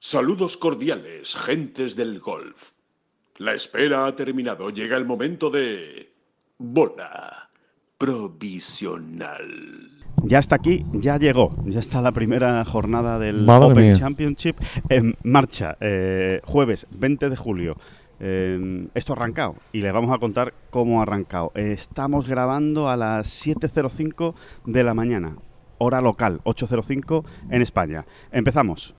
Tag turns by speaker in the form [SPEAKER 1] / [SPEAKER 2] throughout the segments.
[SPEAKER 1] Saludos cordiales, gentes del golf. La espera ha terminado. Llega el momento de... Bola provisional.
[SPEAKER 2] Ya está aquí, ya llegó, ya está la primera jornada del
[SPEAKER 3] Madre
[SPEAKER 2] Open
[SPEAKER 3] mía.
[SPEAKER 2] Championship en marcha, eh, jueves 20 de julio. Eh, esto ha arrancado y les vamos a contar cómo ha arrancado. Eh, estamos grabando a las 7.05 de la mañana, hora local, 8.05 en España. Empezamos.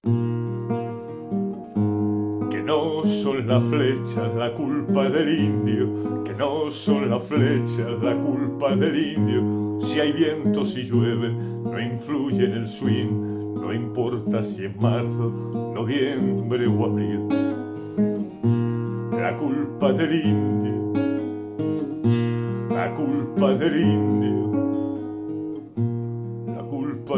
[SPEAKER 4] Que no son las flechas la culpa del indio, que no son las flechas la culpa del indio. Si hay viento, si llueve, no influye en el swing, no importa si es marzo, noviembre o abril. La culpa del indio, la culpa del indio, la culpa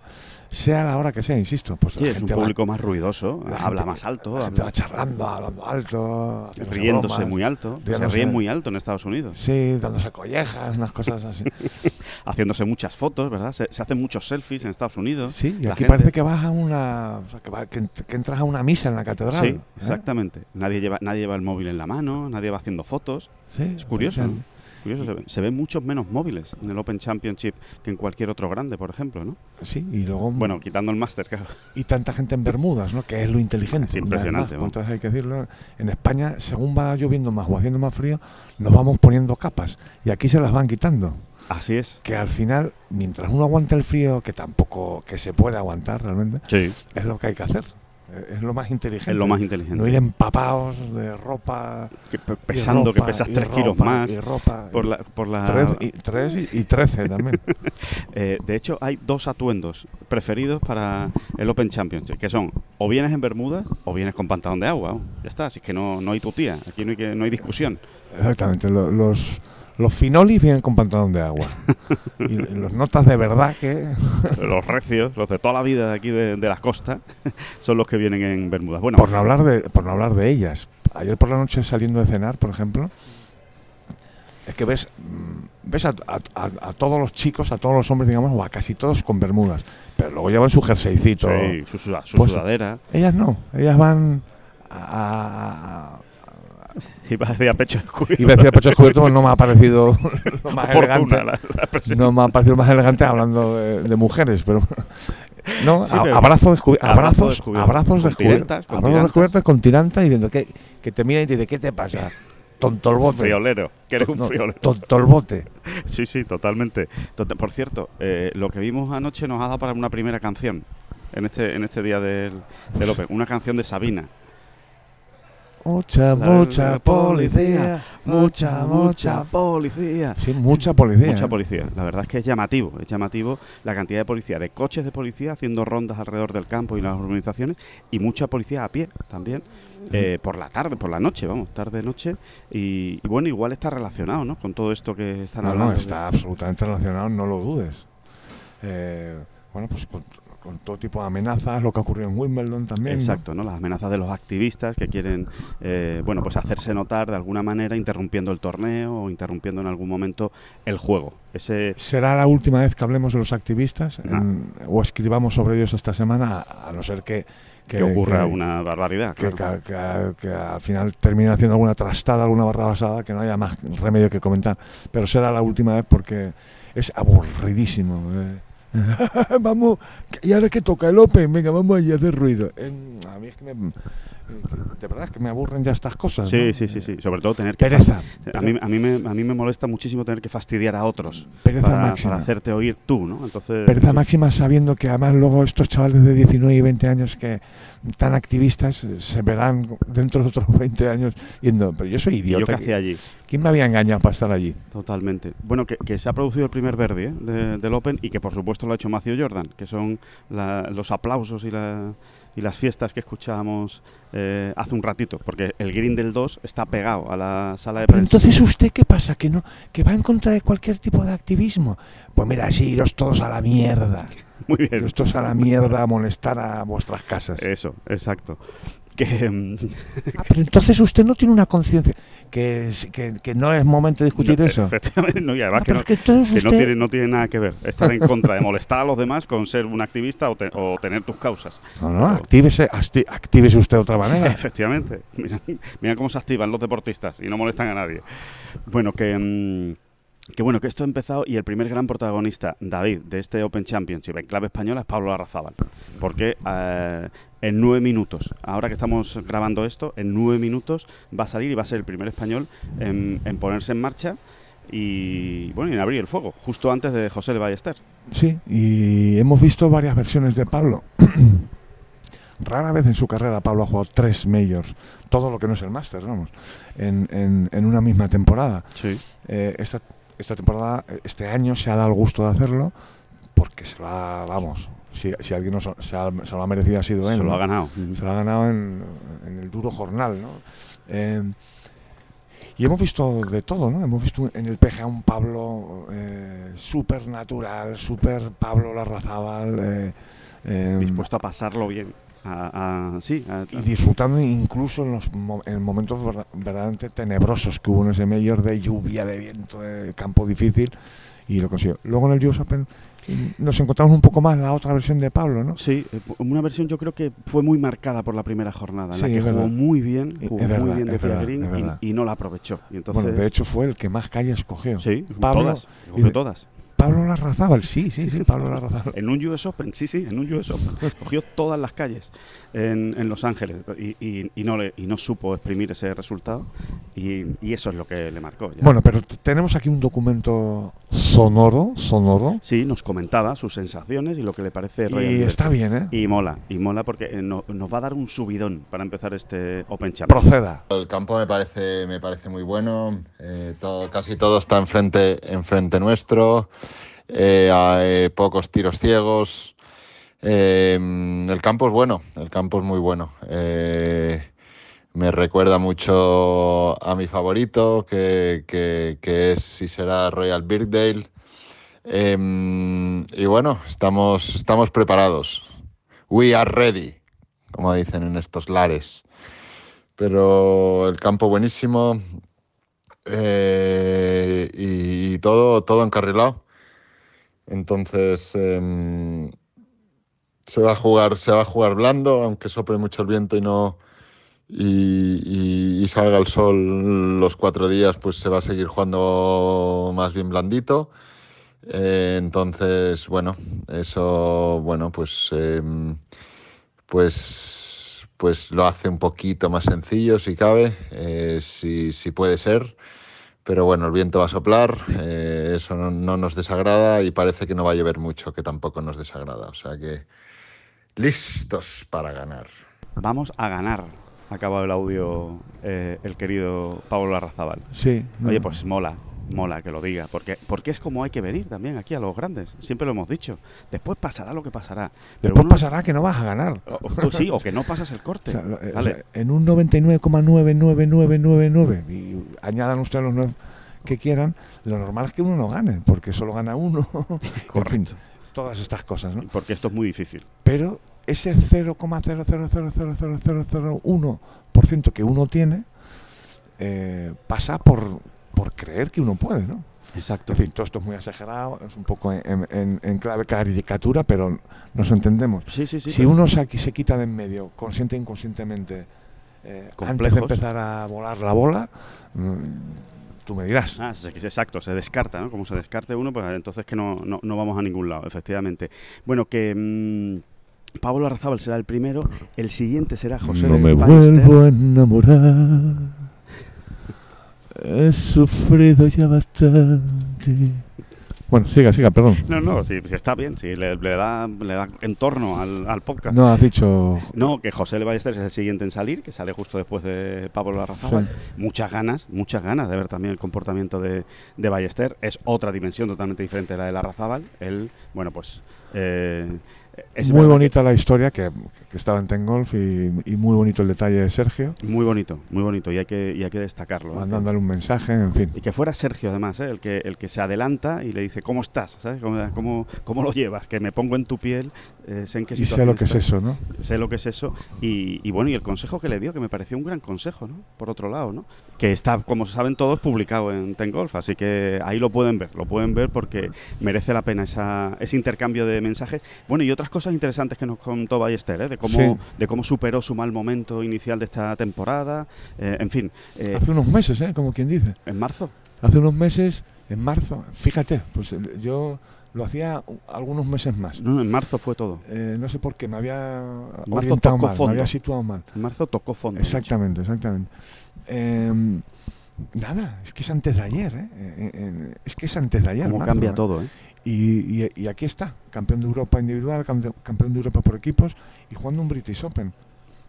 [SPEAKER 3] Sea la hora que sea, insisto. Pues
[SPEAKER 2] Sí,
[SPEAKER 3] la
[SPEAKER 2] es un
[SPEAKER 3] gente va-
[SPEAKER 2] público más ruidoso,
[SPEAKER 3] la
[SPEAKER 2] habla
[SPEAKER 3] gente-
[SPEAKER 2] más alto,
[SPEAKER 3] la gente va
[SPEAKER 2] habla,
[SPEAKER 3] charlando, hablando alto, haciéndose
[SPEAKER 2] riéndose
[SPEAKER 3] bromas.
[SPEAKER 2] muy alto. Se
[SPEAKER 3] riéndose.
[SPEAKER 2] ríen muy alto en Estados Unidos,
[SPEAKER 3] Sí, dándose collejas, unas cosas así.
[SPEAKER 2] haciéndose muchas fotos, ¿verdad? Se, se hacen muchos selfies en Estados Unidos.
[SPEAKER 3] Sí, y
[SPEAKER 2] La
[SPEAKER 3] aquí
[SPEAKER 2] gente-
[SPEAKER 3] parece que vas a una. o sea, que, va- que ent- que entras a una misa en la catedral.
[SPEAKER 2] Sí,
[SPEAKER 3] ¿eh?
[SPEAKER 2] exactamente. Nadie lleva, nadie lleva el móvil en la mano, nadie va haciendo fotos.
[SPEAKER 3] Sí,
[SPEAKER 2] Es curioso.
[SPEAKER 3] o sea,
[SPEAKER 2] ¿no? Curioso, se, ven, se ven muchos menos móviles en el Open Championship que en cualquier otro grande, por ejemplo, ¿no?
[SPEAKER 3] Sí, y luego.
[SPEAKER 2] Bueno, quitando el Master, claro.
[SPEAKER 3] Y tanta gente en Bermudas, ¿no? Que es lo inteligente.
[SPEAKER 2] Es impresionante,
[SPEAKER 3] Además,
[SPEAKER 2] ¿no?
[SPEAKER 3] muchas veces hay que decirlo. En España, según va lloviendo más o haciendo más frío, nos vamos poniendo capas. Y aquí se las van quitando.
[SPEAKER 2] Así es.
[SPEAKER 3] Que al final, mientras uno aguanta el frío, que tampoco. que se puede aguantar realmente,
[SPEAKER 2] Sí.
[SPEAKER 3] es lo que hay que hacer. Eh, Es lo más inteligente.
[SPEAKER 2] Es lo más inteligente.
[SPEAKER 3] No ir empapados de ropa.
[SPEAKER 2] Que pe-
[SPEAKER 3] y
[SPEAKER 2] pesando que
[SPEAKER 3] ropa,
[SPEAKER 2] pesas
[SPEAKER 3] y
[SPEAKER 2] 3 kilos
[SPEAKER 3] ropa,
[SPEAKER 2] más.
[SPEAKER 3] Y ropa.
[SPEAKER 2] Por la, por la,
[SPEAKER 3] Tres y, tres y, y trece también.
[SPEAKER 2] eh, de hecho, hay dos atuendos preferidos para el Open Championship, que son o vienes en Bermuda o vienes con pantalón de agua. vamos. Ya está, así que no, no hay tutía, aquí no hay, que, no hay discusión.
[SPEAKER 3] Exactamente. lo- los, los finolis vienen con pantalón de agua. Y los notas de verdad que.
[SPEAKER 2] Los recios, los de toda la vida de aquí de, de las costas, son los que vienen en Bermuda. Bueno,
[SPEAKER 3] Por no, hablar de, por no hablar de ellas. Ayer por la noche saliendo de cenar, por ejemplo. Es que ves, mm, ves a, a- a- a todos los chicos, a todos los hombres, digamos, o a casi todos con bermudas. Pero luego llevan su jerseycito.
[SPEAKER 2] sí, su, suda- su
[SPEAKER 3] Pues-
[SPEAKER 2] sudadera.
[SPEAKER 3] Ellas no. Ellas van a- a- a-
[SPEAKER 2] Y va a pecho descubierto.
[SPEAKER 3] Y me decía pecho descubierto, pues no me ha parecido lo más elegante.
[SPEAKER 2] Oportuna la- la expresión.
[SPEAKER 3] No me ha parecido más elegante hablando de, de mujeres, pero. No,
[SPEAKER 2] Sí,
[SPEAKER 3] a-
[SPEAKER 2] pero-
[SPEAKER 3] abrazo descubi-
[SPEAKER 2] abrazo
[SPEAKER 3] abrazos,
[SPEAKER 2] descubierto.
[SPEAKER 3] abrazos
[SPEAKER 2] Con
[SPEAKER 3] descubiertos.
[SPEAKER 2] tirantas, con
[SPEAKER 3] Abrazos
[SPEAKER 2] tirantas.
[SPEAKER 3] descubiertos con tiranta y diciendo que, que te mira y te dice, ¿qué te pasa? Tonto el bote.
[SPEAKER 2] Friolero, que eres un
[SPEAKER 3] No,
[SPEAKER 2] friolero.
[SPEAKER 3] tonto el bote.
[SPEAKER 2] Sí, sí, totalmente. Tota- Por cierto, eh, lo que vimos anoche nos ha dado para una primera canción en este, en este día del, del Open. Una canción de Sabina.
[SPEAKER 3] Mucha, mucha policía.
[SPEAKER 2] Mucha, mucha policía.
[SPEAKER 3] Sí, mucha policía.
[SPEAKER 2] Mucha
[SPEAKER 3] ¿eh?
[SPEAKER 2] policía. La verdad es que es llamativo. Es llamativo la cantidad de policía, de coches de policía haciendo rondas alrededor del campo y las urbanizaciones, y mucha policía a pie también, eh, por la tarde, por la noche, vamos, tarde-noche. Y, y bueno, igual está relacionado, ¿no? Con todo esto que están
[SPEAKER 3] No, no,
[SPEAKER 2] hablando.
[SPEAKER 3] está absolutamente relacionado, no lo dudes. Eh, bueno, pues con, con todo tipo de amenazas, lo que ocurrió en Wimbledon también. ¿no?
[SPEAKER 2] Exacto, ¿no? Las amenazas de los activistas que quieren, eh, bueno, pues hacerse notar de alguna manera interrumpiendo el torneo o interrumpiendo en algún momento el juego. Ese...
[SPEAKER 3] ¿Será la última vez que hablemos de los activistas
[SPEAKER 2] Nah.
[SPEAKER 3] en- o escribamos sobre ellos esta semana, a a no ser que,
[SPEAKER 2] Que ocurra
[SPEAKER 3] que-
[SPEAKER 2] una barbaridad.
[SPEAKER 3] que,
[SPEAKER 2] claro.
[SPEAKER 3] que- que- que al final termine haciendo alguna trastada, alguna barra basada, que no haya más remedio que comentar. Pero será la última vez porque es aburridísimo. eh. vamos, que- y ahora que toca el Open, venga, vamos allá de ruido. Eh, a mí es que me, de verdad es que me aburren ya estas cosas.
[SPEAKER 2] Sí,
[SPEAKER 3] ¿no?
[SPEAKER 2] sí, sí, sí. Sobre todo tener que...
[SPEAKER 3] Pereza.
[SPEAKER 2] A mí, a, mí me, a mí me molesta muchísimo tener que fastidiar a otros
[SPEAKER 3] Pereza
[SPEAKER 2] para,
[SPEAKER 3] máxima.
[SPEAKER 2] para hacerte oír tú, ¿no? Entonces...
[SPEAKER 3] Pereza máxima sabiendo que además luego estos chavales de 19 y 20 años que tan activistas eh, se verán dentro de otros 20 años yendo, pero yo soy
[SPEAKER 2] ¿y yo qué
[SPEAKER 3] idiota.
[SPEAKER 2] hacía allí?
[SPEAKER 3] ¿Quién me había engañado para estar allí?
[SPEAKER 2] Totalmente. Bueno, que, que se ha producido el primer Verdi ¿eh? de- del Open y que por supuesto lo ha hecho Matthew Jordan, que son la- los aplausos y, la- y las fiestas que escuchábamos eh, hace un ratito, porque el green del 2 está pegado a la sala de
[SPEAKER 3] Pero
[SPEAKER 2] prensa.
[SPEAKER 3] entonces usted qué pasa, que no, que va en contra de cualquier tipo de activismo. Pues mira, sí, iros todos a la mierda.
[SPEAKER 2] Muy bien.
[SPEAKER 3] Iros todos a la mierda a molestar a vuestras casas.
[SPEAKER 2] Eso, exacto. Que, mm,
[SPEAKER 3] Ah, pero entonces usted no tiene una conciencia que, es- que, que no es momento de discutir
[SPEAKER 2] no,
[SPEAKER 3] eso.
[SPEAKER 2] Efectivamente, no, y además
[SPEAKER 3] Ah,
[SPEAKER 2] que
[SPEAKER 3] pero
[SPEAKER 2] no,
[SPEAKER 3] es que entonces
[SPEAKER 2] que no
[SPEAKER 3] usted-
[SPEAKER 2] tiene, no tiene nada que ver estar en contra de molestar a los demás con ser un activista o, te- o tener tus causas.
[SPEAKER 3] No, no, actívese, acti- actívese usted de otra manera.
[SPEAKER 2] Efectivamente. Mira, mira cómo se activan los deportistas y no molestan a nadie. Bueno, que. mm, que bueno, que esto ha empezado y el primer gran protagonista, David, de este Open Championship en clave española es Pablo Arrazábal. Porque eh, en nueve minutos, ahora que estamos grabando esto, en nueve minutos va a salir y va a ser el primer español en, en ponerse en marcha y bueno, y en abrir el fuego, justo antes de José Le Ballester.
[SPEAKER 3] Sí, y hemos visto varias versiones de Pablo. Rara vez en su carrera Pablo ha jugado tres majors, todo lo que no es el máster, vamos, en- en- en una misma temporada.
[SPEAKER 2] Sí.
[SPEAKER 3] Eh, esta, esta temporada, eh, este año se ha dado el gusto de hacerlo porque se lo ha, vamos, si, si alguien no se, se ha- se lo ha merecido ha sido él.
[SPEAKER 2] Se lo ha
[SPEAKER 3] ¿no?
[SPEAKER 2] ganado.
[SPEAKER 3] Se lo ha ganado en, en el duro jornal, ¿no? Eh, y hemos visto de todo, ¿no? Hemos visto en el PGA un Pablo eh, súper natural, súper Pablo Larrazábal, eh, eh,
[SPEAKER 2] Dispuesto a pasarlo bien. A, a- sí, a-
[SPEAKER 3] y disfrutando incluso en los mo- en momentos verda- verdaderamente tenebrosos que hubo en ese mayor de lluvia, de viento, de campo difícil, y lo consiguió. Luego en el US Open mm, nos encontramos un poco más la otra versión de Pablo, ¿no?
[SPEAKER 2] Sí, eh, una versión yo creo que fue muy marcada por la primera jornada, en
[SPEAKER 3] Sí,
[SPEAKER 2] la que
[SPEAKER 3] es
[SPEAKER 2] jugó
[SPEAKER 3] verdad.
[SPEAKER 2] muy bien,
[SPEAKER 3] Es
[SPEAKER 2] jugó
[SPEAKER 3] verdad,
[SPEAKER 2] muy bien de
[SPEAKER 3] es
[SPEAKER 2] Fia
[SPEAKER 3] verdad, es
[SPEAKER 2] Green
[SPEAKER 3] verdad.
[SPEAKER 2] y, y no la aprovechó. Y entonces,
[SPEAKER 3] bueno, de hecho fue el que más calles cogió.
[SPEAKER 2] sí,
[SPEAKER 3] Pablo
[SPEAKER 2] todas,
[SPEAKER 3] y
[SPEAKER 2] cogió
[SPEAKER 3] de-
[SPEAKER 2] todas.
[SPEAKER 3] Pablo Larrazábal, sí, sí, sí, Pablo Larrazábal.
[SPEAKER 2] En un US Open, sí, sí, en un US Open. Cogió todas las calles en, en Los Ángeles y, y- y no le, y no supo exprimir ese resultado y, y eso es lo que le marcó. ya.
[SPEAKER 3] Bueno, pero t- tenemos aquí un documento sonoro, sonoro,
[SPEAKER 2] Sí, nos comentaba sus sensaciones y lo que le parece Roger
[SPEAKER 3] y
[SPEAKER 2] Federer.
[SPEAKER 3] está bien, ¿eh?
[SPEAKER 2] Y mola, y mola porque eh, no- nos va a dar un subidón para empezar este Open Championship.
[SPEAKER 3] Proceda.
[SPEAKER 2] pues.
[SPEAKER 5] El campo me parece, me parece muy bueno, eh, todo- casi todo está enfrente, enfrente nuestro, eh, hay pocos tiros ciegos. eh, el campo es bueno, el campo es muy bueno. eh, me recuerda mucho a mi favorito, que, que- que es y será Royal Birkdale. Em, y bueno, estamos, estamos preparados. We are ready, como dicen en estos lares pero el campo buenísimo eh, y, y todo, todo encarrilado. Entonces em, se va a jugar, se va a jugar blando, aunque sopre mucho el viento y no y, y- y salga el sol los cuatro días, pues se va a seguir jugando más bien blandito. Eh, entonces, bueno, eso, bueno, pues em, pues, pues lo hace un poquito más sencillo si cabe, eh, si, si puede ser. Pero bueno, el viento va a soplar, eh, eso no, no nos desagrada y parece que no va a llover mucho, que tampoco nos desagrada. O sea que listos para ganar.
[SPEAKER 2] Vamos a ganar. Acaba el audio eh, el querido Pablo Arrazábal.
[SPEAKER 3] Sí.
[SPEAKER 2] Oye, pues mola, mola que lo diga, porque, porque es como hay que venir también aquí a los grandes. Siempre lo hemos dicho. Después pasará lo que pasará. Pero
[SPEAKER 3] Después
[SPEAKER 2] uno-
[SPEAKER 3] pasará que no vas a ganar.
[SPEAKER 2] o- o- o sí, o que no pasas el corte.
[SPEAKER 3] O sea, lo- eh, o
[SPEAKER 2] Vale.
[SPEAKER 3] sea, en un 99,99999, y añadan ustedes los nueve que quieran, lo normal es que uno no gane, porque solo gana uno. En fin, todas estas cosas, ¿no?
[SPEAKER 2] Porque esto es muy difícil.
[SPEAKER 3] Pero ese 0,0000001% que uno tiene eh, pasa por, por creer que uno puede, ¿no?
[SPEAKER 2] Exacto.
[SPEAKER 3] En fin, todo esto es muy exagerado, es un poco en, en- en clave caricatura, pero nos entendemos.
[SPEAKER 2] Sí, sí, sí.
[SPEAKER 3] si
[SPEAKER 2] pero-
[SPEAKER 3] uno se, qui- se quita de en medio, consciente e inconscientemente, eh, antes
[SPEAKER 2] Complejos.
[SPEAKER 3] de empezar a volar la bola, mm, tú me dirás.
[SPEAKER 2] Ah, sí, sí, exacto, se descarta, ¿no? Como se descarte uno, pues entonces que no, no, no vamos a ningún lado, efectivamente. Bueno, que mm, Pablo Arrazábal será el primero, el siguiente será José
[SPEAKER 3] no
[SPEAKER 2] del
[SPEAKER 3] me
[SPEAKER 2] Ballester.
[SPEAKER 3] vuelvo a enamorar. He sufrido ya bastante. Bueno, siga, siga, perdón.
[SPEAKER 2] No, no, sí, sí, está bien, sí, le, le da, le da entorno al, al podcast. No.
[SPEAKER 3] No has dicho.
[SPEAKER 2] que José del Ballester es el siguiente en salir, que sale justo después de Pablo Arrazábal.
[SPEAKER 3] Sí.
[SPEAKER 2] Muchas ganas, muchas ganas de ver también el comportamiento de, de Ballester. Es otra dimensión totalmente diferente a la de Arrazábal. Él, bueno, pues... eh, es
[SPEAKER 3] muy
[SPEAKER 2] verdad que-
[SPEAKER 3] bonita la historia que, que estaba en Tengolf y, y muy bonito el detalle de Sergio,
[SPEAKER 2] Muy bonito, muy bonito, y hay que, y hay que destacarlo. ¿eh?
[SPEAKER 3] mandándole un mensaje, en fin.
[SPEAKER 2] Y que fuera Sergio, además, ¿eh? el, que, el que se adelanta y le dice, ¿cómo estás? ¿Sabes? ¿Cómo, cómo, cómo lo llevas? Que me pongo en tu piel, eh, sé en qué
[SPEAKER 3] Y sé lo que es
[SPEAKER 2] situación
[SPEAKER 3] eso, ¿no?
[SPEAKER 2] estás, sé lo que es eso. Y, y bueno, y el consejo que le dio, que me pareció un gran consejo, ¿no? Por otro lado, ¿no? Que está, como saben todos, publicado en Ten Golf, así que ahí lo pueden ver, lo pueden ver porque merece la pena esa, ese intercambio de mensajes. Bueno, y otras cosas interesantes que nos contó Ballester, ¿eh? de, cómo,
[SPEAKER 3] Sí.
[SPEAKER 2] de cómo superó su mal momento inicial de esta temporada, eh, en fin. eh,
[SPEAKER 3] Hace unos meses, ¿eh? Como quien dice.
[SPEAKER 2] en marzo.
[SPEAKER 3] Hace unos meses, en marzo, fíjate, pues el- yo lo hacía u- algunos meses más.
[SPEAKER 2] No, en marzo fue todo.
[SPEAKER 3] Eh, no sé por qué, me había
[SPEAKER 2] Marzo
[SPEAKER 3] orientado
[SPEAKER 2] tocó
[SPEAKER 3] mal,
[SPEAKER 2] fondo.
[SPEAKER 3] me había situado mal.
[SPEAKER 2] En marzo tocó fondo.
[SPEAKER 3] Exactamente, exactamente. Eh, nada, es que es antes de ayer, ¿eh? Eh, eh, Es que es antes de ayer.
[SPEAKER 2] Cómo
[SPEAKER 3] marzo,
[SPEAKER 2] cambia
[SPEAKER 3] ¿eh?
[SPEAKER 2] todo, ¿eh?
[SPEAKER 3] Y, y- y aquí está, campeón de Europa individual, campe- campeón de Europa por equipos y jugando un British Open.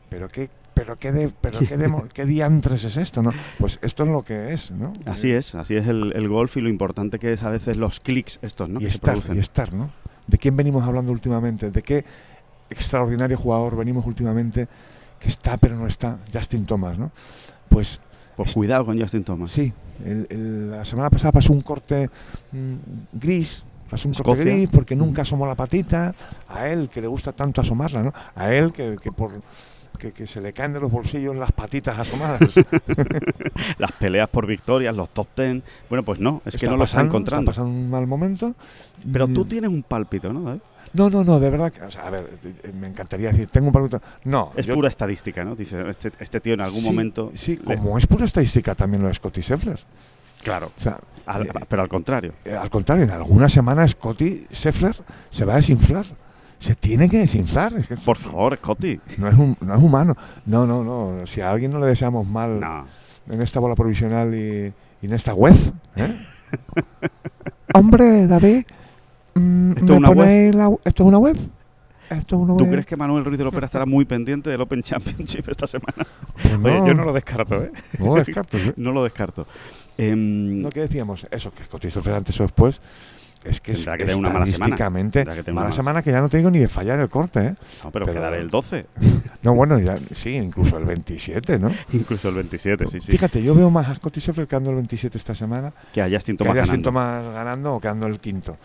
[SPEAKER 3] Pero qué, pero qué, de- pero qué, demo- qué diantres es esto, ¿no? Pues esto es lo que es, ¿no?
[SPEAKER 2] Así es, así es el, el golf y lo importante que es a veces los clics estos, ¿no?
[SPEAKER 3] y
[SPEAKER 2] que se
[SPEAKER 3] estar,
[SPEAKER 2] producen.
[SPEAKER 3] y estar, ¿no? ¿De quién venimos hablando últimamente? ¿De qué extraordinario jugador venimos últimamente que está pero no está? Justin Thomas, ¿no? Pues
[SPEAKER 2] Pues cuidado con Justin Thomas.
[SPEAKER 3] sí, el- el- la semana pasada pasó un corte mm, gris, pasó un corte
[SPEAKER 2] Escocia.
[SPEAKER 3] gris porque nunca asomó la patita, a él que le gusta tanto asomarla, ¿no? A él que, que por... Que, que se le caen de los bolsillos las patitas asomadas.
[SPEAKER 2] Pues Las peleas por victorias, los top ten. Bueno, pues no, es que no lo está
[SPEAKER 3] pasando,
[SPEAKER 2] encontrando.
[SPEAKER 3] pasando un mal momento.
[SPEAKER 2] Pero tú
[SPEAKER 3] Mm.
[SPEAKER 2] tienes un pálpito, ¿no? David?
[SPEAKER 3] No, no, no, de verdad. que- o sea, a ver, eh, me encantaría decir, tengo un producto. No,
[SPEAKER 2] Es
[SPEAKER 3] yo-
[SPEAKER 2] pura estadística, ¿no? Dice, este, este tío en algún
[SPEAKER 3] Sí,
[SPEAKER 2] momento.
[SPEAKER 3] Sí,
[SPEAKER 2] le-
[SPEAKER 3] como es pura estadística también lo de Scotty Scheffler.
[SPEAKER 2] Claro,
[SPEAKER 3] O sea,
[SPEAKER 2] al-
[SPEAKER 3] eh,
[SPEAKER 2] pero al contrario.
[SPEAKER 3] eh, al contrario, en alguna semana Scotty Scheffler se va a desinflar. Se tiene que desinflar. es que
[SPEAKER 2] Por favor, Scotty.
[SPEAKER 3] no, es hum- no es humano. No, no, no. Si a alguien no le deseamos mal
[SPEAKER 2] No.
[SPEAKER 3] en esta bola provisional y, y en esta web. ¿eh? Hombre, David, mm,
[SPEAKER 2] ¿Esto es
[SPEAKER 3] ¿me
[SPEAKER 2] una web?
[SPEAKER 3] ponéis la- ¿esto es una web? ¿Esto es una
[SPEAKER 2] ¿Tú
[SPEAKER 3] web?
[SPEAKER 2] crees que Manuel Ruiz de Lopera estará muy pendiente del Open Championship esta semana?
[SPEAKER 3] Pues
[SPEAKER 2] Oye, yo no lo descarto, ¿eh?
[SPEAKER 3] no lo descarto, ¿eh?
[SPEAKER 2] No lo descarto. Em,
[SPEAKER 3] Lo que decíamos, eso que Scotty Scheffler antes o después, es que es
[SPEAKER 2] Tendrá que tener una mala semana.
[SPEAKER 3] estadísticamente
[SPEAKER 2] Tendrá que tener una
[SPEAKER 3] mala
[SPEAKER 2] mala
[SPEAKER 3] semana que ya no te digo ni de fallar el corte, ¿eh?
[SPEAKER 2] no, pero,
[SPEAKER 3] pero-
[SPEAKER 2] quedaré el 12,
[SPEAKER 3] No, bueno, ya sí, incluso el 27, ¿no?
[SPEAKER 2] incluso el 27, sí, sí.
[SPEAKER 3] Fíjate, yo veo más a Scotty Scheffler quedando el 27 esta semana
[SPEAKER 2] que a Justin
[SPEAKER 3] que
[SPEAKER 2] Thomas
[SPEAKER 3] haya
[SPEAKER 2] ganando.
[SPEAKER 3] síntomas ganando o quedando el quinto.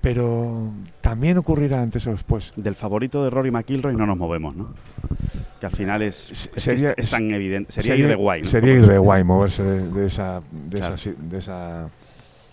[SPEAKER 3] Pero también ocurrirá antes o después.
[SPEAKER 2] Del favorito de Rory McIlroy no nos movemos, ¿no? Que al final es, es
[SPEAKER 3] Se-
[SPEAKER 2] que
[SPEAKER 3] sería-
[SPEAKER 2] es- es tan evidente. Sería, ir de guay. ¿no?
[SPEAKER 3] Sería ir de guay moverse de, de esa, de,
[SPEAKER 2] Claro.
[SPEAKER 3] esa, de esa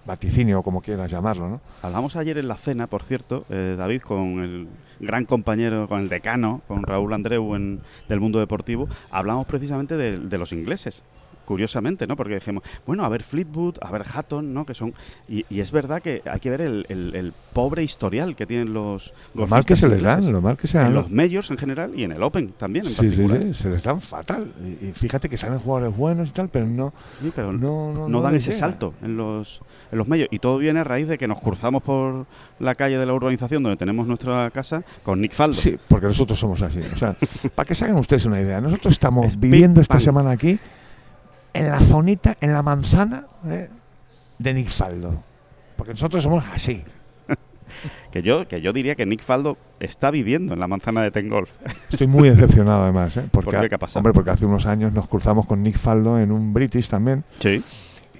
[SPEAKER 3] vaticinio, como quieras llamarlo, ¿no?
[SPEAKER 2] Hablamos ayer en la cena, por cierto, eh, David, con el gran compañero, con el decano, con Raúl Andreu en- del mundo deportivo, hablamos precisamente de, de los ingleses. Curiosamente, ¿no? Porque dijimos, bueno, a ver Fleetwood, a ver Hatton, ¿no? Que son. Y, y es verdad que hay que ver el, el- el pobre historial que tienen los.
[SPEAKER 3] Lo mal que
[SPEAKER 2] golfistas
[SPEAKER 3] se les
[SPEAKER 2] ingleses.
[SPEAKER 3] dan, lo mal que se
[SPEAKER 2] en
[SPEAKER 3] dan.
[SPEAKER 2] los majors en general y en el Open también en
[SPEAKER 3] Sí, sí,
[SPEAKER 2] particular.
[SPEAKER 3] sí, se les dan fatal. Y, y fíjate que salen jugadores buenos y tal, pero no,
[SPEAKER 2] Sí, pero no,
[SPEAKER 3] no, no,
[SPEAKER 2] dan
[SPEAKER 3] les
[SPEAKER 2] ese
[SPEAKER 3] llega.
[SPEAKER 2] salto en los, en los majors. Y todo viene a raíz de que nos cruzamos por la calle de la urbanización donde tenemos nuestra casa con Nick Faldo.
[SPEAKER 3] Sí, porque nosotros somos así. O sea, para que se hagan ustedes una idea, nosotros estamos
[SPEAKER 2] Es Big
[SPEAKER 3] viviendo esta
[SPEAKER 2] Bang.
[SPEAKER 3] semana aquí en la zonita, en la manzana ¿eh? de Nick Faldo. Porque nosotros somos así.
[SPEAKER 2] Que, yo, que yo diría que Nick Faldo está viviendo en la manzana de Ten Golf.
[SPEAKER 3] Estoy muy decepcionado además, ¿eh? porque,
[SPEAKER 2] ¿Por qué? ¿Qué ha pasado?
[SPEAKER 3] hombre, porque hace unos años nos cruzamos con Nick Faldo en un British también.
[SPEAKER 2] Sí.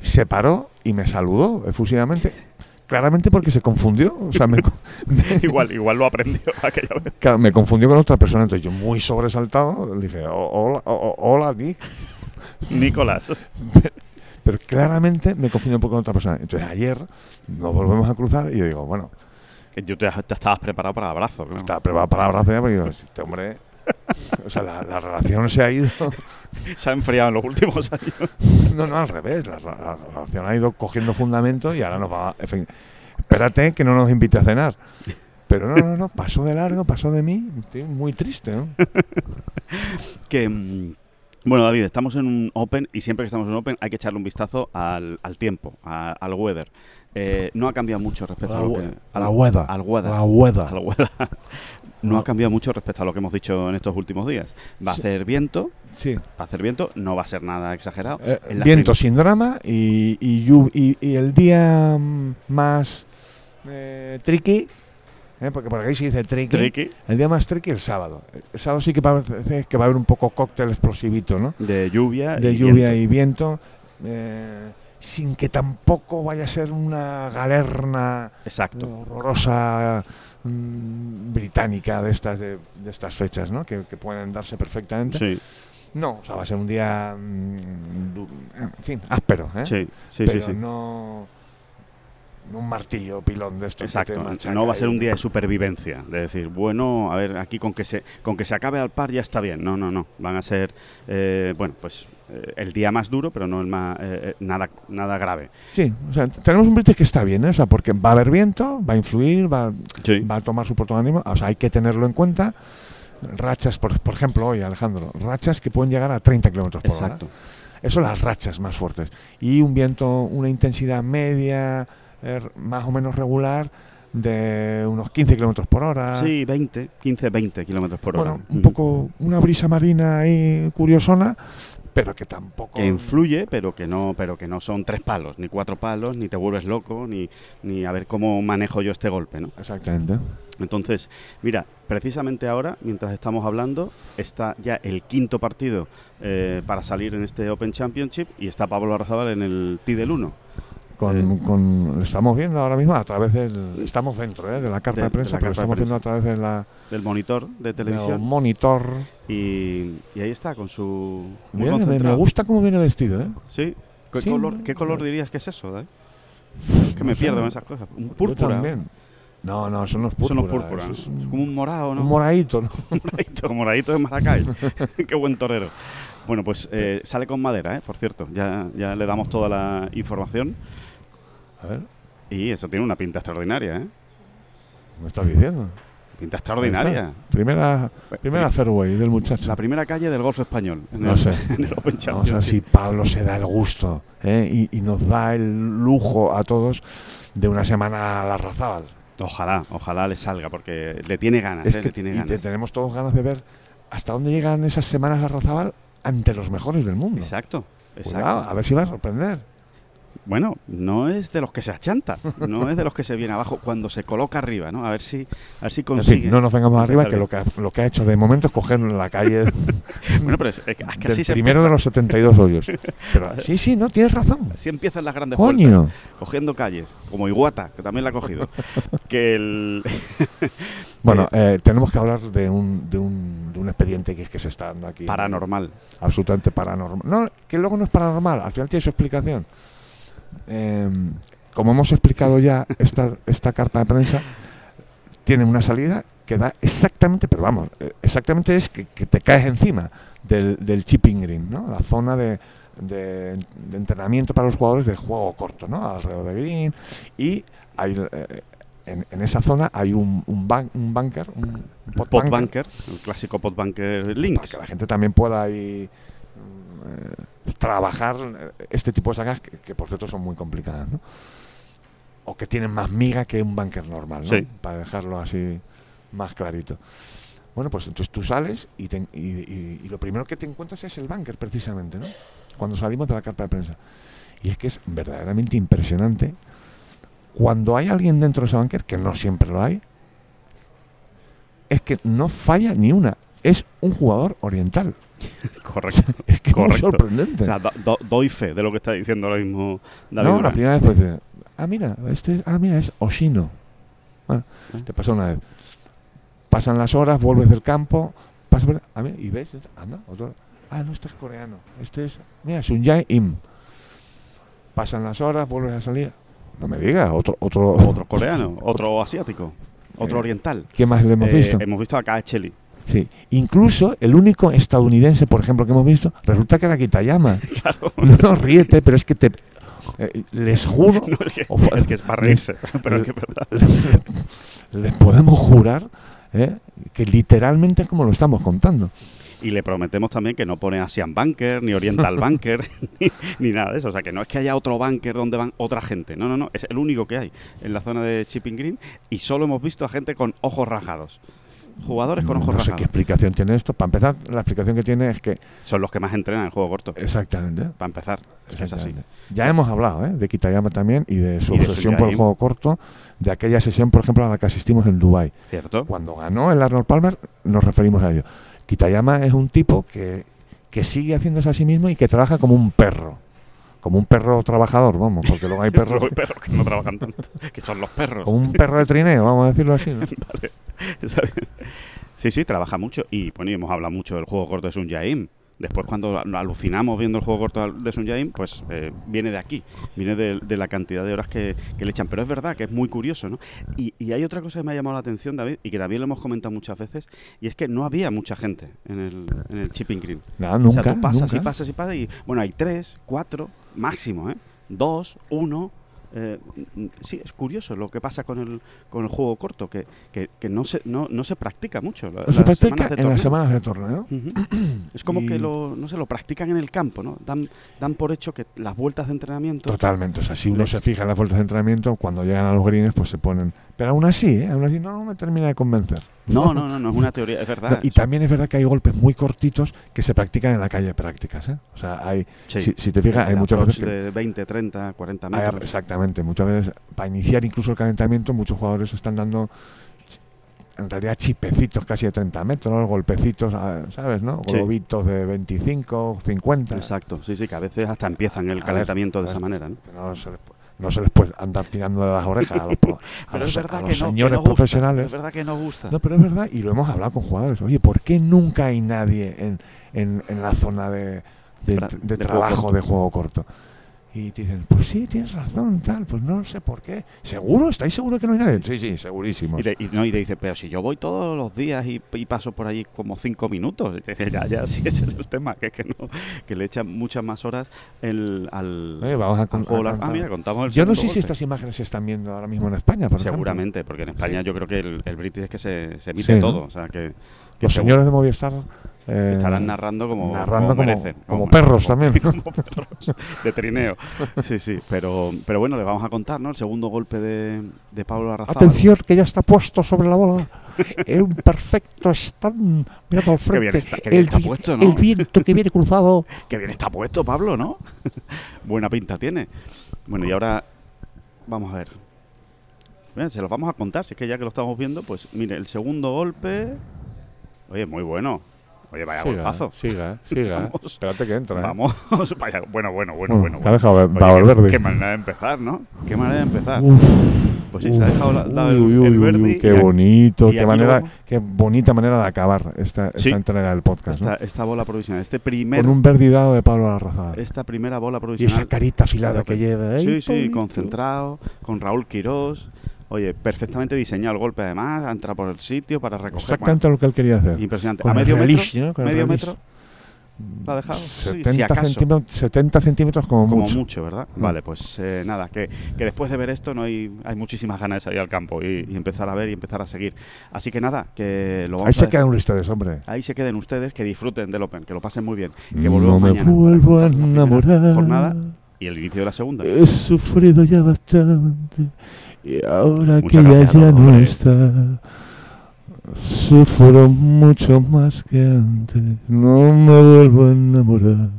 [SPEAKER 3] Se paró y me saludó efusivamente. claramente porque se confundió. O sea, me, co-
[SPEAKER 2] igual, igual lo aprendió aquella vez.
[SPEAKER 3] Claro, me confundió con otra persona, entonces yo muy sobresaltado le dije, "O- hola, o- o- hola Nick.
[SPEAKER 2] Nicolás.
[SPEAKER 3] Pero claramente me confundió un poco con otra persona. Entonces ayer nos volvemos a cruzar y yo digo, bueno,
[SPEAKER 2] Que Yo te, te estabas preparado para el abrazo. claro.
[SPEAKER 3] estaba preparado para abrazar, pero yo, este hombre, o sea, la, la relación se ha ido,
[SPEAKER 2] Se ha enfriado en los últimos años.
[SPEAKER 3] no, no, al revés, la, la- la relación ha ido cogiendo fundamento y ahora nos va, en fin, espérate que no nos invite a cenar. Pero no, no, no, pasó de largo, pasó de mí, estoy muy triste, ¿no?
[SPEAKER 2] Que. mm, Bueno, David, estamos en un Open y siempre que estamos en un Open hay que echarle un vistazo al, al tiempo, a- al weather. Eh, no ha cambiado mucho respecto a,
[SPEAKER 3] La
[SPEAKER 2] lo
[SPEAKER 3] hue-
[SPEAKER 2] que-
[SPEAKER 3] a la hueda.
[SPEAKER 2] Al weather.
[SPEAKER 3] La hueda.
[SPEAKER 2] A la hueda. No ha cambiado mucho respecto a lo que hemos dicho en estos últimos días. Va a
[SPEAKER 3] Sí.
[SPEAKER 2] hacer viento,
[SPEAKER 3] Sí.
[SPEAKER 2] va a hacer viento, no va a ser nada exagerado.
[SPEAKER 3] Eh,
[SPEAKER 2] En las
[SPEAKER 3] viento
[SPEAKER 2] prim-
[SPEAKER 3] sin drama y, y, llu- y- y el día mm, más eh, tricky, eh, porque por aquí se dice tricky,
[SPEAKER 2] Tricky,
[SPEAKER 3] el día más tricky el sábado. El sábado sí que parece que va a haber un poco cóctel explosivito, ¿no?
[SPEAKER 2] de lluvia.
[SPEAKER 3] De
[SPEAKER 2] Ah, y
[SPEAKER 3] lluvia
[SPEAKER 2] viento.
[SPEAKER 3] y viento, eh, sin que tampoco vaya a ser una galerna
[SPEAKER 2] Exacto.
[SPEAKER 3] horrorosa mm, británica de estas, de, de estas fechas, ¿no? Que, que pueden darse perfectamente.
[SPEAKER 2] Sí,
[SPEAKER 3] No, o sea, va a ser un día, mm, du- en fin, áspero, ¿eh?
[SPEAKER 2] sí, sí, sí.
[SPEAKER 3] pero
[SPEAKER 2] sí.
[SPEAKER 3] no no un martillo pilón de estos. que te
[SPEAKER 2] Exacto,
[SPEAKER 3] machaca
[SPEAKER 2] no va a
[SPEAKER 3] ahí.
[SPEAKER 2] ser un día de supervivencia, de decir, bueno, a ver, aquí con que se con que se acabe al par ya está bien. No, no, no, van a ser eh, bueno, pues eh, el día más duro, pero no el más eh, eh, nada nada grave.
[SPEAKER 3] Sí, o sea, tenemos un British que está bien, ¿eh? o sea, porque va a haber viento, va a influir, va,
[SPEAKER 2] Sí.
[SPEAKER 3] va a tomar su protagonismo, o sea, hay que tenerlo en cuenta. Rachas, por, por ejemplo, hoy, Alejandro, rachas que pueden llegar a 30 kilómetros por hora.
[SPEAKER 2] Exacto.
[SPEAKER 3] Eso las rachas más fuertes. Y un viento, una intensidad media, eh, más o menos regular, de unos 15 kilómetros por hora.
[SPEAKER 2] Sí, 20, 15, 20 kilómetros por hora.
[SPEAKER 3] Bueno, un poco una brisa marina ahí curiosona, pero que tampoco.
[SPEAKER 2] que influye, pero que no, pero que no son tres palos, ni cuatro palos, ni te vuelves loco, ni, ni a ver cómo manejo yo este golpe, ¿no?
[SPEAKER 3] Exactamente.
[SPEAKER 2] Entonces, mira, precisamente ahora, mientras estamos hablando, está ya el quinto partido eh, para salir en este Open Championship y está Pablo Arrazabal en el T del 1.
[SPEAKER 3] Con,
[SPEAKER 2] Eh.
[SPEAKER 3] con- lo estamos viendo ahora mismo a través del. Estamos dentro ¿eh? de la carta
[SPEAKER 2] De-
[SPEAKER 3] de,
[SPEAKER 2] de
[SPEAKER 3] prensa,
[SPEAKER 2] la
[SPEAKER 3] pero
[SPEAKER 2] carta de
[SPEAKER 3] estamos viendo a través de la
[SPEAKER 2] del monitor de
[SPEAKER 3] del
[SPEAKER 2] televisión
[SPEAKER 3] monitor.
[SPEAKER 2] y, y ahí está con su muy
[SPEAKER 3] Viene de- me
[SPEAKER 2] concentrado.
[SPEAKER 3] gusta cómo viene vestido, ¿eh?
[SPEAKER 2] Sí. ¿Qué,
[SPEAKER 3] Sí,
[SPEAKER 2] color,
[SPEAKER 3] ¿no?
[SPEAKER 2] ¿Qué color dirías que es eso, Dai? Que
[SPEAKER 3] No
[SPEAKER 2] me
[SPEAKER 3] sé,
[SPEAKER 2] pierdo en
[SPEAKER 3] ¿no?
[SPEAKER 2] esas cosas. Un
[SPEAKER 3] Yo
[SPEAKER 2] púrpura.
[SPEAKER 3] también. No, no, son los
[SPEAKER 2] Eso no
[SPEAKER 3] púrpura.
[SPEAKER 2] es púrpura.
[SPEAKER 3] eso
[SPEAKER 2] ¿no?
[SPEAKER 3] es
[SPEAKER 2] Es
[SPEAKER 3] un,
[SPEAKER 2] como un morado, ¿no?
[SPEAKER 3] un moradito, ¿no?
[SPEAKER 2] Moradito, moradito de Maracay. Qué buen torero. Bueno, pues eh, sale con madera, ¿eh? por cierto. Ya, ya le damos toda la información.
[SPEAKER 3] A ver,
[SPEAKER 2] Y eso tiene una pinta extraordinaria, ¿eh?
[SPEAKER 3] me estás diciendo.
[SPEAKER 2] Pinta extraordinaria.
[SPEAKER 3] Primera, primera fairway del muchacho.
[SPEAKER 2] La primera calle del golf español. en
[SPEAKER 3] No
[SPEAKER 2] el-
[SPEAKER 3] sé.
[SPEAKER 2] En el Open
[SPEAKER 3] Vamos a ver si
[SPEAKER 2] Championship.
[SPEAKER 3] Pablo se da el gusto ¿eh? y, y nos da el lujo a todos de una semana a la Razábal.
[SPEAKER 2] Ojalá, ojalá le salga, porque le tiene ganas,
[SPEAKER 3] Es
[SPEAKER 2] ¿eh?
[SPEAKER 3] que
[SPEAKER 2] le tiene
[SPEAKER 3] y te-
[SPEAKER 2] ganas.
[SPEAKER 3] tenemos todos ganas de ver hasta dónde llegan esas semanas la Razábal ante los mejores del mundo.
[SPEAKER 2] Exacto, exacto.
[SPEAKER 3] Cuidado, Pues a ver si va a sorprender.
[SPEAKER 2] Bueno, no es de los que se achanta, no es de los que se viene abajo cuando se coloca arriba, ¿no? A ver si, a ver si
[SPEAKER 3] En
[SPEAKER 2] consigue.
[SPEAKER 3] fin, no nos vengamos
[SPEAKER 2] Consigue
[SPEAKER 3] arriba, que lo que, ha, lo que ha hecho de momento es cogerlo en la calle
[SPEAKER 2] Bueno, pero es, es que
[SPEAKER 3] del
[SPEAKER 2] así se,
[SPEAKER 3] primero de los 72 hoyos. Pero, sí, sí, no, tienes razón.
[SPEAKER 2] así empiezan las grandes vueltas.
[SPEAKER 3] Coño.
[SPEAKER 2] cogiendo calles, como Iguata, que también la ha cogido. que el
[SPEAKER 3] Bueno, eh, tenemos que hablar de un, de, un, de un expediente que es que se está dando aquí.
[SPEAKER 2] paranormal.
[SPEAKER 3] absolutamente paranormal. No, que luego no es paranormal, al final tiene su explicación. Eh, como hemos explicado ya, esta, esta carta de prensa tiene una salida que da exactamente, pero vamos, eh, exactamente es que, que te caes encima del, del chipping green, ¿no? La zona de, de- de entrenamiento para los jugadores de juego corto, ¿no? Alrededor de green y hay, eh, en, en esa zona hay un, un, ban- un bunker, un, un pot
[SPEAKER 2] Pot
[SPEAKER 3] bunker,
[SPEAKER 2] Bunker, el clásico Pot Bunker
[SPEAKER 3] para
[SPEAKER 2] Links.
[SPEAKER 3] que la gente también pueda ahí mm, eh, trabajar eh, este tipo de sacas que, que, por cierto son muy complicadas ¿no? o que tienen más miga que un banker normal ¿no?
[SPEAKER 2] Sí.
[SPEAKER 3] para dejarlo así más clarito bueno pues entonces tú sales y, te en- y- y- y lo primero que te encuentras es el banker precisamente ¿no? cuando salimos de la carta de prensa y es que es verdaderamente impresionante cuando hay alguien dentro de ese banker que no siempre lo hay es que no falla ni una es un jugador oriental
[SPEAKER 2] Correcto.
[SPEAKER 3] es que es muy
[SPEAKER 2] Correcto.
[SPEAKER 3] sorprendente.
[SPEAKER 2] O sea, do- do- doy fe de lo que está diciendo ahora mismo David.
[SPEAKER 3] no, la
[SPEAKER 2] Durán.
[SPEAKER 3] primera vez pues, eh, Ah, mira, este, ah, mira, es Oshino. Bueno,
[SPEAKER 2] Ah.
[SPEAKER 3] te pasó una vez. Pasan las horas, vuelves del campo, pasas por- a mí, y ves, anda, otro. Ah, no, este es coreano. Este es, mira, Sunjae Im. Pasan las horas, vuelves a salir. No me digas, otro, otro,
[SPEAKER 2] Otro coreano, otro asiático, otro
[SPEAKER 3] Eh,
[SPEAKER 2] oriental.
[SPEAKER 3] ¿Quién más le hemos
[SPEAKER 2] Eh,
[SPEAKER 3] visto?
[SPEAKER 2] hemos visto a Kaacheli.
[SPEAKER 3] Sí. Incluso el único estadounidense, por ejemplo, que hemos visto, resulta que era Kitayama.
[SPEAKER 2] Claro.
[SPEAKER 3] No, no, ríete, pero es que te. eh, les juro.
[SPEAKER 2] No, es, que,
[SPEAKER 3] o fue-
[SPEAKER 2] es que es para reírse, pero es que es verdad.
[SPEAKER 3] les podemos jurar ¿eh? que literalmente es como lo estamos contando.
[SPEAKER 2] Y le prometemos también que no pone Asian Banker, ni Oriental Banker, ni, ni nada de eso. O sea, que no es que haya otro banker donde van otra gente. No, no, no. Es el único que hay en la zona de Chipping Green. Y solo hemos visto a gente con ojos rajados. Jugadores con ojos
[SPEAKER 3] no sé qué
[SPEAKER 2] rajados.
[SPEAKER 3] explicación tiene esto. Para empezar, la explicación que tiene es que.
[SPEAKER 2] Son los que más entrenan el juego
[SPEAKER 3] Eh,
[SPEAKER 2] corto.
[SPEAKER 3] Exactamente.
[SPEAKER 2] Para empezar. Es que es así.
[SPEAKER 3] exactamente. Ya hemos hablado ¿eh? de Kitayama también y de su
[SPEAKER 2] Y de
[SPEAKER 3] obsesión
[SPEAKER 2] Sunjae
[SPEAKER 3] por el
[SPEAKER 2] Im.
[SPEAKER 3] juego corto, de aquella sesión, por ejemplo, a la que asistimos en Dubai.
[SPEAKER 2] ¿Cierto?
[SPEAKER 3] Cuando ganó el Arnold Palmer, nos referimos a ello. Kitayama es un tipo que, que sigue haciéndose a sí mismo y que trabaja como un perro. Como un perro trabajador, vamos, porque luego hay perros.
[SPEAKER 2] Luego hay perros que no trabajan tanto. Que son los perros.
[SPEAKER 3] como un perro de trineo, vamos a decirlo así. ¿no?
[SPEAKER 2] Está bien. Sí, sí, trabaja mucho. Y bueno, y hemos hablado mucho del juego corto de Sun Jaim. Después, cuando al- alucinamos viendo el juego corto de Sun Jaim, pues eh, viene de aquí, viene de, de la cantidad de horas que, que le echan. Pero es verdad que es muy curioso, ¿no? Y, y hay otra cosa que me ha llamado la atención, David, y que también lo hemos comentado muchas veces, y es que no había mucha gente en el, en el Chipping Green.
[SPEAKER 3] Nada, nunca.
[SPEAKER 2] o sea, tú pasas y
[SPEAKER 3] nunca.
[SPEAKER 2] pasas y pasas, y bueno, hay tres, cuatro, máximo, ¿eh? Dos, uno. eh, mm, sí, es curioso lo que pasa con el, con el juego corto, que, que, que no, se, no, no se practica mucho. la-
[SPEAKER 3] No se
[SPEAKER 2] las
[SPEAKER 3] practica
[SPEAKER 2] semanas de
[SPEAKER 3] en las
[SPEAKER 2] torneo.
[SPEAKER 3] semanas de torneo.
[SPEAKER 2] Ujú. es como
[SPEAKER 3] Y-
[SPEAKER 2] que lo, no se lo practican en el campo, ¿no? Dan, dan por hecho que las vueltas de entrenamiento.
[SPEAKER 3] Totalmente. O sea, si uno
[SPEAKER 2] Les-
[SPEAKER 3] se fija en las vueltas de entrenamiento, cuando llegan a los greens, pues se ponen. Pero aún así, ¿eh? aún así no me termina de convencer.
[SPEAKER 2] No, no, no, no es una teoría, es verdad.
[SPEAKER 3] y
[SPEAKER 2] eso-
[SPEAKER 3] también es verdad que hay golpes muy cortitos que se practican en la calle de prácticas. ¿eh? O sea, hay,
[SPEAKER 2] sí,
[SPEAKER 3] si, si te fijas, hay
[SPEAKER 2] el
[SPEAKER 3] muchas
[SPEAKER 2] approach
[SPEAKER 3] veces que-
[SPEAKER 2] De 20, 30, 40
[SPEAKER 3] hay-
[SPEAKER 2] metros.
[SPEAKER 3] exactamente, muchas veces para iniciar incluso el calentamiento, muchos jugadores están dando chi- en realidad chipecitos casi de 30 metros, golpecitos, ah, ¿sabes? no?
[SPEAKER 2] Sí.
[SPEAKER 3] Globitos de 25, 50.
[SPEAKER 2] Exacto, sí, sí, que a veces hasta empiezan el
[SPEAKER 3] A ver,
[SPEAKER 2] calentamiento de
[SPEAKER 3] a
[SPEAKER 2] esa
[SPEAKER 3] ver,
[SPEAKER 2] manera, ¿no?
[SPEAKER 3] que no se les, pu- no se les puede andar tirando de las orejas a los, pro- a
[SPEAKER 2] Pero
[SPEAKER 3] los-
[SPEAKER 2] es
[SPEAKER 3] a
[SPEAKER 2] verdad
[SPEAKER 3] los
[SPEAKER 2] que no, que
[SPEAKER 3] señores
[SPEAKER 2] no gusta, Es
[SPEAKER 3] profesionales.
[SPEAKER 2] verdad que no gusta.
[SPEAKER 3] No, pero es verdad, y lo hemos hablado con jugadores. Oye, ¿por qué nunca hay nadie en, en- en la zona de, de-
[SPEAKER 2] Tra- de juego
[SPEAKER 3] de trabajo
[SPEAKER 2] corto.
[SPEAKER 3] de juego corto? Y te dicen, pues sí, tienes razón, tal, pues no sé por qué. ¿Seguro? ¿Estáis seguros que no hay nadie? Sí, sí, segurísimo.
[SPEAKER 2] Y, te, y no, y te dice, pero si yo voy todos los días y, y paso por allí como cinco minutos. Y te dice, ya, ya, sí, ese es el tema, que, es que no, que le echan muchas más horas el, al,
[SPEAKER 3] Eh, vamos a
[SPEAKER 2] al
[SPEAKER 3] con-
[SPEAKER 2] juego. Ah,
[SPEAKER 3] a contar.
[SPEAKER 2] mira, contamos el
[SPEAKER 3] Yo
[SPEAKER 2] segundo
[SPEAKER 3] no sé si
[SPEAKER 2] golpe.
[SPEAKER 3] estas imágenes se están viendo ahora mismo en España, por ejemplo.
[SPEAKER 2] Seguramente, porque en España yo creo que el, el British es que se, se emite
[SPEAKER 3] Sí, ¿no?
[SPEAKER 2] todo. O sea, que, que
[SPEAKER 3] Los
[SPEAKER 2] seguro
[SPEAKER 3] señores de Movistar eh,
[SPEAKER 2] estarán narrando como,
[SPEAKER 3] narrando
[SPEAKER 2] como,
[SPEAKER 3] como-
[SPEAKER 2] merecen,
[SPEAKER 3] como perros también.
[SPEAKER 2] como perros de trineo. Sí, sí, pero, pero bueno, les vamos a contar, ¿no? El segundo golpe de, de Pablo Arrazábal.
[SPEAKER 3] Atención, que ya está puesto sobre la bola. Es un perfecto stand. Mirando al
[SPEAKER 2] Qué bien
[SPEAKER 3] frente.
[SPEAKER 2] está- qué bien
[SPEAKER 3] el,
[SPEAKER 2] está
[SPEAKER 3] vi-
[SPEAKER 2] puesto, ¿no?
[SPEAKER 3] el viento que viene cruzado.
[SPEAKER 2] Qué bien está puesto, Pablo, ¿no? Buena pinta tiene. Bueno, y ahora vamos a ver. Mira, se los vamos a contar, si es que ya que lo estamos viendo, pues mire, el segundo golpe. Oye, muy bueno. Oye, vaya golpazo.
[SPEAKER 3] siga,
[SPEAKER 2] Vamos.
[SPEAKER 3] Espérate que entra. ¿eh?
[SPEAKER 2] Vamos, vaya. Bueno, bueno, bueno,
[SPEAKER 3] Bueno,
[SPEAKER 2] bueno.
[SPEAKER 3] se ha dejado
[SPEAKER 2] bueno.
[SPEAKER 3] va- va
[SPEAKER 2] Oye,
[SPEAKER 3] al
[SPEAKER 2] qué-
[SPEAKER 3] verde.
[SPEAKER 2] Qué manera de empezar, ¿no? Qué manera de empezar. Pues sí,
[SPEAKER 3] Uf,
[SPEAKER 2] se ha dejado la- dado el-
[SPEAKER 3] uy, uy,
[SPEAKER 2] el
[SPEAKER 3] uy,
[SPEAKER 2] verde.
[SPEAKER 3] Qué
[SPEAKER 2] y aquí-
[SPEAKER 3] bonito,
[SPEAKER 2] y
[SPEAKER 3] qué,
[SPEAKER 2] aquí
[SPEAKER 3] manera,
[SPEAKER 2] luego-
[SPEAKER 3] qué bonita manera de acabar esta, esta
[SPEAKER 2] Sí.
[SPEAKER 3] entrega del podcast. ¿no?
[SPEAKER 2] Esta, esta bola provisional, este
[SPEAKER 3] Con
[SPEAKER 2] primer,
[SPEAKER 3] un verdi dado de Pablo Larrazada.
[SPEAKER 2] esta primera bola
[SPEAKER 3] Y
[SPEAKER 2] provisional.
[SPEAKER 3] esa carita afilada que lleva. ¿eh?
[SPEAKER 2] Sí, sí,
[SPEAKER 3] Pablito.
[SPEAKER 2] concentrado, con Raúl Quirós. Oye, perfectamente diseñado el golpe, además, ha entrado por el sitio para recoger.
[SPEAKER 3] Exactamente lo que él quería hacer.
[SPEAKER 2] Bueno, impresionante.
[SPEAKER 3] Con
[SPEAKER 2] a
[SPEAKER 3] el
[SPEAKER 2] medio
[SPEAKER 3] release,
[SPEAKER 2] metro,
[SPEAKER 3] ¿no? Con el
[SPEAKER 2] medio
[SPEAKER 3] release.
[SPEAKER 2] metro, ¿Lo ha dejado? Sí, si
[SPEAKER 3] 70,
[SPEAKER 2] acaso.
[SPEAKER 3] centímetros, 70 centímetros como,
[SPEAKER 2] como mucho,
[SPEAKER 3] mucho.
[SPEAKER 2] ¿verdad?
[SPEAKER 3] Mm.
[SPEAKER 2] Vale, pues eh, nada, que, que después de ver esto no hay, hay muchísimas ganas de salir al campo y, y empezar a ver y empezar a seguir. Así que nada, que lo vamos
[SPEAKER 3] Ahí
[SPEAKER 2] a
[SPEAKER 3] se
[SPEAKER 2] dejar-
[SPEAKER 3] quedan ustedes, hombre.
[SPEAKER 2] Ahí se queden ustedes, que disfruten del Open, que lo pasen muy bien, que
[SPEAKER 3] no
[SPEAKER 2] volvemos
[SPEAKER 3] me
[SPEAKER 2] mañana
[SPEAKER 3] vuelvo a
[SPEAKER 2] la primera
[SPEAKER 3] enamorar.
[SPEAKER 2] jornada y el inicio de la segunda.
[SPEAKER 3] He sufrido ya bastante. Y ahora
[SPEAKER 2] Muchas
[SPEAKER 3] que ella
[SPEAKER 2] gracias,
[SPEAKER 3] ya no
[SPEAKER 2] hombre.
[SPEAKER 3] está, sufro mucho más que antes. No me vuelvo a enamorar.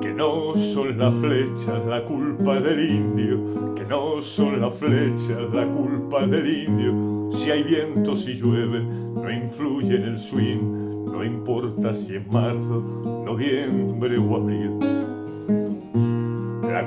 [SPEAKER 4] Que no son las flechas la culpa del indio, que no son las flechas la culpa del indio. Si hay viento, si llueve, no influye en el swing, no importa si es marzo, noviembre o abril. La